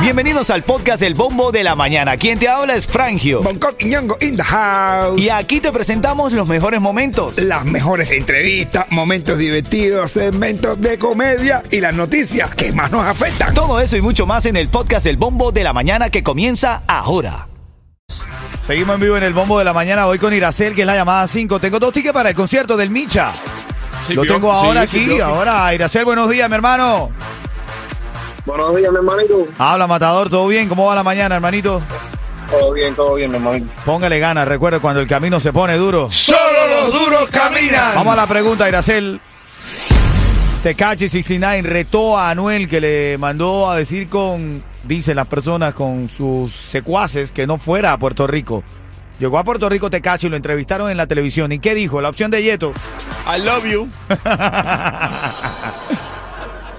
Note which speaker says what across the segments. Speaker 1: Bienvenidos al podcast El Bombo de la Mañana. Quien te habla es Frangio.
Speaker 2: Bangkok y Ñongo in the house.
Speaker 1: Y aquí te presentamos los mejores momentos.
Speaker 2: Las mejores entrevistas, momentos divertidos, segmentos de comedia y las noticias que más nos afectan.
Speaker 1: Todo eso y mucho más en el podcast El Bombo de la Mañana que comienza ahora. Seguimos en vivo en El Bombo de la Mañana. Hoy con Iracel, que es la llamada 5. Tengo dos tickets para el concierto del Micha.
Speaker 3: Sí,
Speaker 1: Lo
Speaker 3: vio,
Speaker 1: tengo
Speaker 3: sí,
Speaker 1: ahora
Speaker 3: sí,
Speaker 1: aquí.
Speaker 3: vio.
Speaker 1: ahora, Iracel, buenos días, mi hermano.
Speaker 4: Buenos días, mi hermanito.
Speaker 1: Habla, Matador, ¿todo bien? ¿Cómo va la mañana, hermanito?
Speaker 4: Todo bien, todo bien, mi hermanito.
Speaker 1: Póngale ganas, recuerde cuando el camino se pone duro.
Speaker 3: Solo los duros caminan.
Speaker 1: Vamos a la pregunta, Iracel. Tecachi 69 retó a Anuel que le mandó a decir con, dicen las personas, con sus secuaces que no fuera a Puerto Rico. Llegó a Puerto Rico Tecachi, lo entrevistaron en la televisión. ¿Y qué dijo? La opción de Yeto.
Speaker 3: I love you.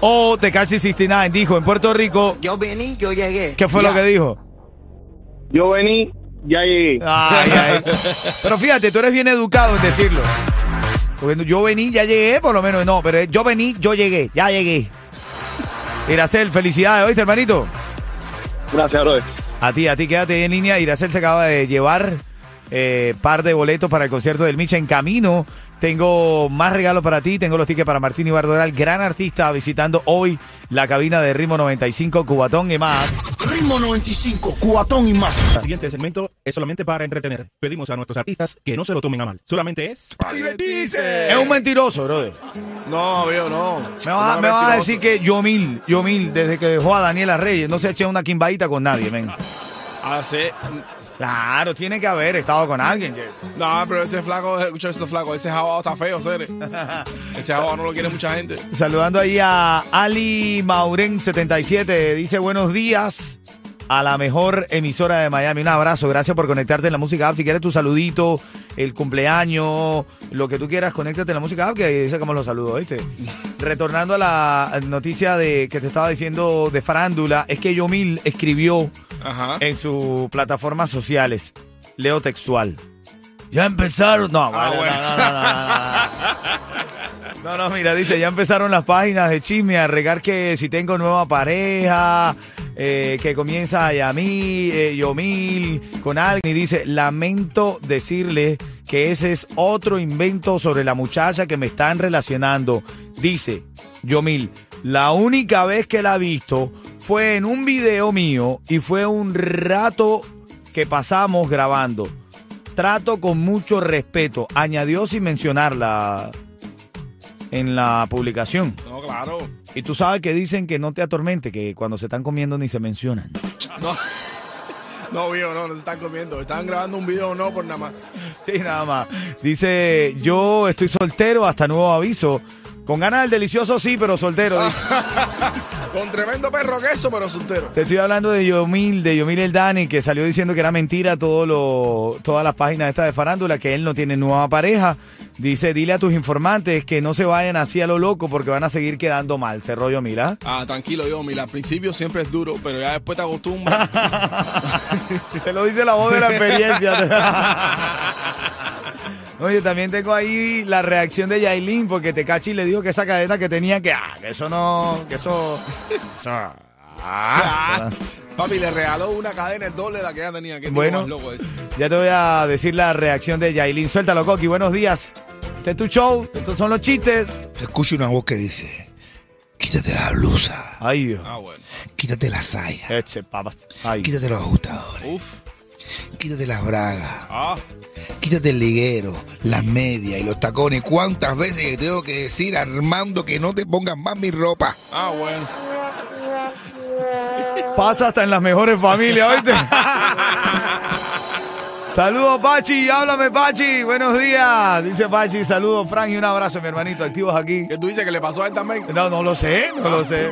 Speaker 1: O Oh, Tecachi 69 dijo en Puerto Rico.
Speaker 5: Yo vení, yo llegué.
Speaker 1: ¿Qué fue
Speaker 5: Ya.
Speaker 1: lo que dijo?
Speaker 4: Yo vení, ya llegué.
Speaker 1: Ay, ay. Pero fíjate, tú eres bien educado en decirlo. Porque yo vení, ya llegué, por lo menos no, pero es yo vení, yo llegué, ya llegué. Iracel, felicidades, ¿oíste, hermanito?
Speaker 4: Gracias, brother.
Speaker 1: A ti, a ti, quédate en línea. Iracel se acaba de llevar eh, par de boletos para el concierto del Micha en camino. Tengo más regalos para ti. Tengo los tickets para Martín Ibardoral, gran artista, visitando hoy la cabina de Ritmo 95, Cubatón y más.
Speaker 6: Ritmo 95, cuatón y más.
Speaker 7: El siguiente segmento es solamente para entretener. Pedimos a nuestros artistas que no se lo tomen a mal. Solamente es...
Speaker 3: Divertirse.
Speaker 1: Es un mentiroso, brother.
Speaker 3: No, veo, no.
Speaker 1: Me vas,
Speaker 3: No,
Speaker 1: me vas a
Speaker 3: mentiroso.
Speaker 1: decir que yo mil, yo mil, desde que dejó a Daniela Reyes, no se eche una quimbadita con nadie, men.
Speaker 3: Ah, sí.
Speaker 1: Claro, tiene que haber estado con alguien. Jerry.
Speaker 3: No, pero ese flaco, escucha ese flaco, ese jabado está feo, seres. Ese jabado no lo quiere mucha gente.
Speaker 1: Saludando ahí a Ali Mauren77, dice buenos días a la mejor emisora de Miami. Un abrazo, gracias por conectarte en la música app. Si quieres tu saludito, el cumpleaños, lo que tú quieras, conéctate en la música app, que ahí sacamos los saludos, ¿viste? Retornando a la noticia de que te estaba diciendo de farándula, es que Yomil escribió
Speaker 3: Ajá.
Speaker 1: en sus plataformas sociales. Leo textual. Ya empezaron. No, vale,
Speaker 3: bueno.
Speaker 1: no, no, no, no, no, no. No, no, mira, dice, ya empezaron las páginas de chisme a regar que si tengo nueva pareja, eh, que comienza Yamil, eh, Yomil, con alguien. Y dice, lamento decirle que ese es otro invento sobre la muchacha que me están relacionando. Dice, Yomil, la única vez que la he visto fue en un video mío y fue un rato que pasamos grabando. Trato con mucho respeto. Añadió sin mencionarla en la publicación.
Speaker 3: No, claro.
Speaker 1: Y tú sabes que dicen que no te atormente, que cuando se están comiendo ni se mencionan.
Speaker 3: No. No, viejo, no, no se están comiendo. Están grabando un video o no por nada más.
Speaker 1: Sí, nada más. Dice, yo estoy soltero hasta nuevo aviso. Con ganas del delicioso sí, pero soltero. dice.
Speaker 3: Con tremendo perro queso, pero soltero.
Speaker 1: Te estoy hablando de Yomil, de Yomil el Dani, que salió diciendo que era mentira todo lo, todas las páginas estas de farándula, que él no tiene nueva pareja. Dice, dile a tus informantes que no se vayan así a lo loco porque van a seguir quedando mal. Cerró Yomil, ¿ah?
Speaker 3: Ah, tranquilo, yo, mira, al principio siempre es duro, pero ya después te acostumbras.
Speaker 1: Te lo dice la voz de la experiencia. Oye, también tengo ahí la reacción de Yailin porque Tecachi le dijo que esa cadena que tenía que, ah, que eso no, que eso... eso- ah,
Speaker 3: Ah, Papi, le regaló una cadena el doble de la que ya tenía. Qué tipo
Speaker 1: Bueno.
Speaker 3: más loco es.
Speaker 1: Ya te voy a decir la reacción de Yailin. Suéltalo, Coqui. Buenos días. Este es tu show. Estos son los chistes.
Speaker 2: Escucho una voz que dice, quítate la blusa,
Speaker 1: Ay, Dios.
Speaker 3: Ah, bueno.
Speaker 2: quítate la saya,
Speaker 1: Eche, papas. Ay.
Speaker 2: quítate los ajustadores,
Speaker 3: Uf.
Speaker 2: quítate las bragas,
Speaker 3: Ah.
Speaker 2: quítate el liguero, las medias y los tacones. ¿Cuántas veces le tengo que decir, Armando, que no te pongas más mi ropa?
Speaker 3: Ah, bueno.
Speaker 1: Pasa hasta en las mejores familias, ¿oíste? Saludos, Pachi. Háblame, Pachi. Buenos días. Dice Pachi. Saludos, Frank. Y un abrazo, mi hermanito. Activos aquí.
Speaker 3: ¿Qué tú dices que le pasó a él también?
Speaker 1: No, no lo sé. No lo sé.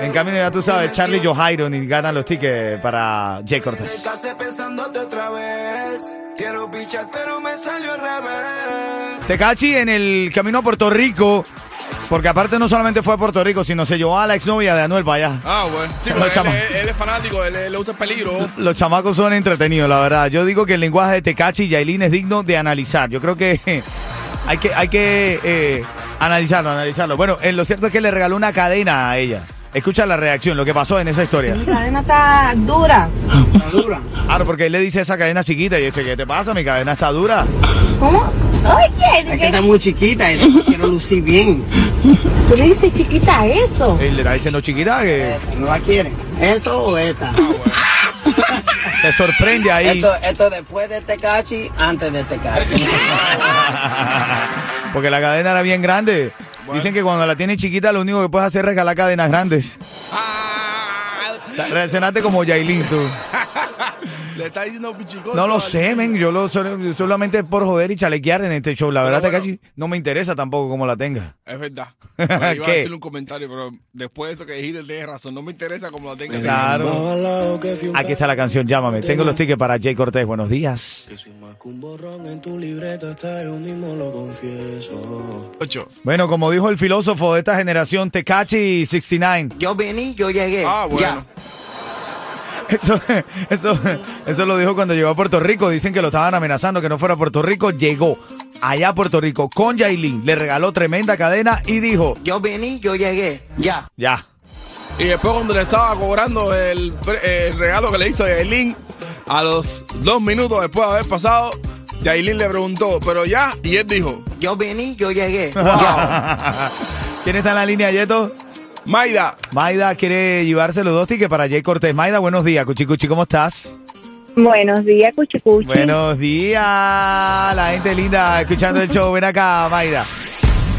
Speaker 1: En camino, ya tú sabes, Charlie Johairon y ganan los tickets para Jay Cortés.
Speaker 8: Casé pensándote otra vez. Quiero pichar, pero me salió al revés.
Speaker 1: Tecachi en el camino a Puerto Rico, porque aparte no solamente fue a Puerto Rico, sino se llevó a la exnovia de Anuel para allá.
Speaker 3: Ah, bueno. Sí,
Speaker 1: Lo
Speaker 3: pero él,
Speaker 1: chama.
Speaker 3: es- él es fanático, él, él le gusta el peligro.
Speaker 1: Los chamacos son entretenidos, la verdad. Yo digo que el lenguaje de Tecachi y Yailin es digno de analizar. Yo creo que je, hay que, hay que eh, analizarlo, analizarlo. Bueno, eh, lo cierto es que le regaló una cadena a ella. Escucha la reacción, lo que pasó en esa historia.
Speaker 5: Mi cadena está dura.
Speaker 1: Claro, porque él le dice esa cadena chiquita y dice, ¿qué te pasa? Mi cadena está dura.
Speaker 5: ¿Cómo? Oye,
Speaker 9: Es que está muy chiquita, y quiero lucir bien.
Speaker 5: tú le dices chiquita a eso.
Speaker 1: Él le está diciendo chiquita que
Speaker 9: ¿No la quieren? ¿Eso o esta?
Speaker 1: te sorprende ahí.
Speaker 9: Esto, esto después de Tecachi, antes de este Tecachi.
Speaker 1: Porque la cadena era bien grande. Dicen que cuando la tienes chiquita lo único que puedes hacer es regalar cadenas grandes. La- Reaccionaste como Yailin tú.
Speaker 3: Ah, Le está diciendo pichicón.
Speaker 1: No lo sé, men. Yo lo sol- solamente por joder y chalequear en este show. La verdad,
Speaker 3: bueno.
Speaker 1: Tekashi, no me interesa tampoco cómo la tenga.
Speaker 3: Es verdad. Bueno, iba a
Speaker 1: ¿Qué?
Speaker 3: decirle un comentario, pero después de eso que dijiste, tienes razón. No me interesa como lo tengas.
Speaker 1: Claro. Aquí está la canción, llámame. Tengo los tickets para Jay Cortés. Buenos días.
Speaker 8: Que soy más que un borrón en tu libreta, hasta yo mismo lo confieso.
Speaker 3: Ocho.
Speaker 1: Bueno, como dijo el filósofo de esta generación, Tekachi 69.
Speaker 9: Yo vení, yo
Speaker 1: Eh,
Speaker 9: llegué.
Speaker 3: Ah, bueno.
Speaker 9: Ya.
Speaker 1: Eso, eso, eso lo dijo cuando llegó a Puerto Rico. Dicen que lo estaban amenazando que no fuera a Puerto Rico. Llegó allá a Puerto Rico con Yailin. Le regaló tremenda cadena y dijo,
Speaker 9: Yo vení, yo llegué. Ya.
Speaker 1: ya.
Speaker 3: Y después cuando le estaba cobrando el, pre- el regalo que le hizo Yailin, a los dos minutos después de haber pasado, Yailin le preguntó, pero ya, y él dijo,
Speaker 9: Yo vení, yo llegué.
Speaker 1: ¿Quién está en la línea, Yeto?
Speaker 3: Maida,
Speaker 1: Maida quiere llevarse los dos tickets para Jay Cortés. Maida, buenos días. Cuchi Cuchi, ¿cómo estás?
Speaker 5: Buenos días, Cuchicuchi.
Speaker 1: Buenos días. La gente linda escuchando el show. Ven acá, Maida.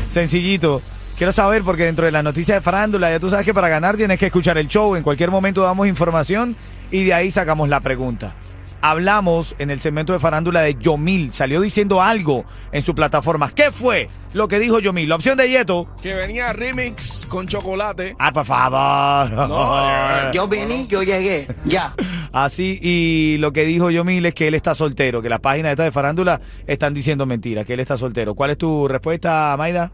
Speaker 1: Sencillito. Quiero saber, porque dentro de las noticias de farándula, ya tú sabes que para ganar tienes que escuchar el show. En cualquier momento damos información y de ahí sacamos la pregunta. Hablamos en el segmento de farándula de Yomil. Salió diciendo algo en su plataforma. ¿Qué fue lo que dijo Yomil? La opción de Yeto.
Speaker 3: que venía remix con chocolate.
Speaker 1: Ah, por favor.
Speaker 3: No,
Speaker 9: Yo vení, yo llegué. Ya.
Speaker 1: Así, y lo que dijo Yomil es que él está soltero, que las páginas estas de farándula están diciendo mentiras, que él está soltero. ¿Cuál es tu respuesta, Maida?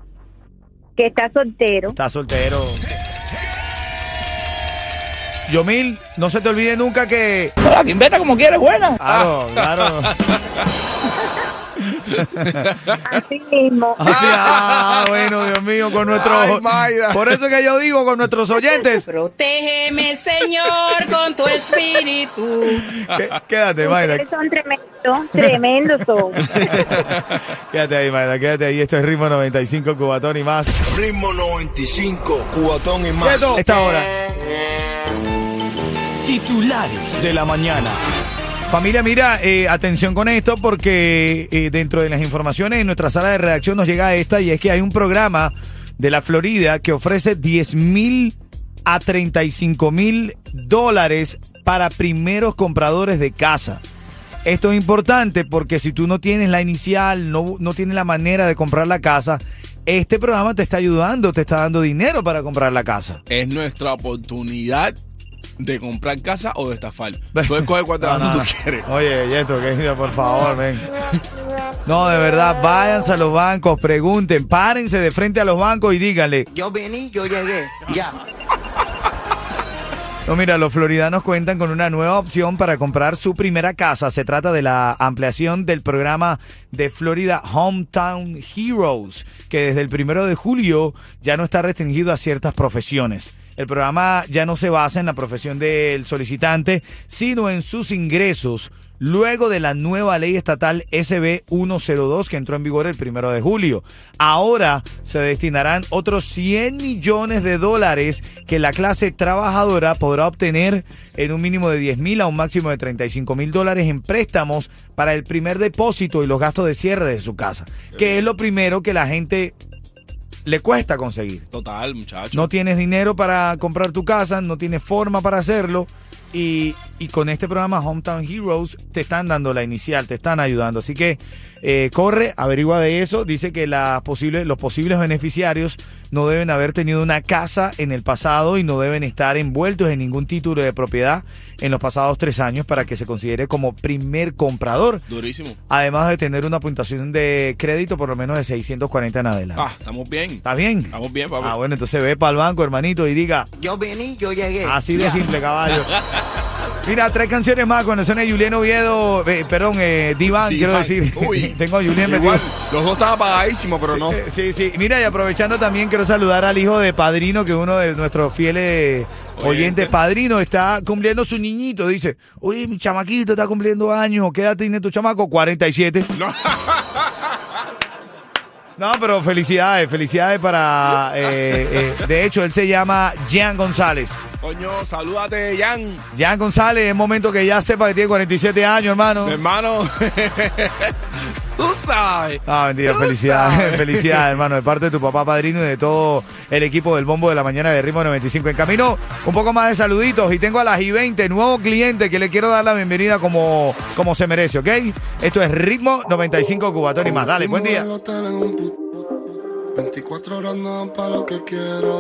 Speaker 5: Que está soltero.
Speaker 1: Está soltero. Yomil, no se te olvide nunca que...
Speaker 6: La quimbeta como quieres, buena.
Speaker 1: Claro, claro.
Speaker 5: Así mismo.
Speaker 1: Ah, sí, ah, bueno, Dios mío, con
Speaker 3: Ay,
Speaker 1: nuestros...
Speaker 3: Maida.
Speaker 1: Por eso que yo digo, con nuestros oyentes...
Speaker 10: Protégeme, Señor, con tu espíritu.
Speaker 1: que- Quédate, Maida.
Speaker 5: Ustedes son tremendos, tremendos son.
Speaker 1: Quédate ahí, Maida, quédate ahí. Esto es Ritmo 95, Cubatón y más.
Speaker 6: Ritmo 95, cuatón y más.
Speaker 1: Esta hora.
Speaker 6: Titulares de la mañana.
Speaker 1: Familia, mira, eh, atención con esto porque eh, dentro de las informaciones en nuestra sala de redacción nos llega esta y es que hay un programa de la Florida que ofrece 10 mil a 35 mil dólares para primeros compradores de casa. Esto es importante porque si tú no tienes la inicial, no, no tienes la manera de comprar la casa, este programa te está ayudando, te está dando dinero para comprar la casa.
Speaker 3: Es nuestra oportunidad de comprar casa o de estafar. Tú escoges cuál de las
Speaker 1: No,
Speaker 3: dos
Speaker 1: no,
Speaker 3: tú
Speaker 1: no.
Speaker 3: quieres.
Speaker 1: Oye, Yeto, que por favor, ven. No, de verdad, váyanse a los bancos, pregunten, párense de frente a los bancos y díganle.
Speaker 9: Yo vení, yo llegué. Ya.
Speaker 1: No, mira, los floridanos cuentan con una nueva opción para comprar su primera casa. Se trata de la ampliación del programa de Florida Hometown Heroes, que desde el primero de julio ya no está restringido a ciertas profesiones. El programa ya no se basa en la profesión del solicitante, sino en sus ingresos luego de la nueva ley estatal SB 102 que entró en vigor el primero de julio. Ahora se destinarán otros 100 millones de dólares que la clase trabajadora podrá obtener en un mínimo de 10 mil a un máximo de 35 mil dólares en préstamos para el primer depósito y los gastos de cierre de su casa, que es lo primero que la gente le cuesta conseguir.
Speaker 3: Total, muchacho.
Speaker 1: No tienes dinero para comprar tu casa, no tienes forma para hacerlo. Y, y con este programa Hometown Heroes te están dando la inicial, te están ayudando. Así que eh, corre, averigua de eso. Dice que las posibles- los posibles beneficiarios no deben haber tenido una casa en el pasado y no deben estar envueltos en ningún título de propiedad en los pasados tres años para que se considere como primer comprador.
Speaker 3: Durísimo.
Speaker 1: Además de tener una puntuación de crédito por lo menos de 640 en adelante.
Speaker 3: Ah, estamos bien.
Speaker 1: ¿Está bien?
Speaker 3: Estamos bien, papi.
Speaker 1: Ah, bueno, entonces ve para el banco, hermanito, y diga,
Speaker 9: Yo vení, yo llegué.
Speaker 1: así de
Speaker 9: Ya.
Speaker 1: simple, caballo. Mira, tres canciones más cuando suene Julián Oviedo, eh, perdón, eh, Diván,
Speaker 3: Sí,
Speaker 1: quiero
Speaker 3: Iván.
Speaker 1: decir.
Speaker 3: Uy.
Speaker 1: Tengo a Julián metido.
Speaker 3: Igual, los dos estaban apagadísimos, pero no.
Speaker 1: Eh, Sí, sí. Mira, y aprovechando también quiero saludar al hijo de Padrino, que uno de nuestros fieles oyentes.
Speaker 3: Oyente.
Speaker 1: Padrino está cumpliendo su niñito. Dice, oye, mi chamaquito está cumpliendo años. ¿Qué edad tiene tu chamaco? 47.
Speaker 3: No.
Speaker 1: No, pero felicidades, felicidades para... eh, eh, de hecho, él se llama Jean González.
Speaker 3: Coño, salúdate, Jan.
Speaker 1: Jean González, es momento que ya sepa que tiene 47 años, hermano.
Speaker 3: Mi hermano. Tú sabes.
Speaker 1: Ah, mentira,
Speaker 3: Tú
Speaker 1: felicidades,
Speaker 3: sabes.
Speaker 1: felicidades, hermano, de parte de tu papá padrino y de todo el equipo del Bombo de la Mañana de Ritmo 95. En camino, un poco más de saluditos y tengo a las I-20, nuevo cliente que le quiero dar la bienvenida como, como se merece, ¿ok? Esto es Ritmo 95 Cubatón y más. Dale, buen día.
Speaker 8: Tengo el hotel en un put- 24 horas no para lo que quiero.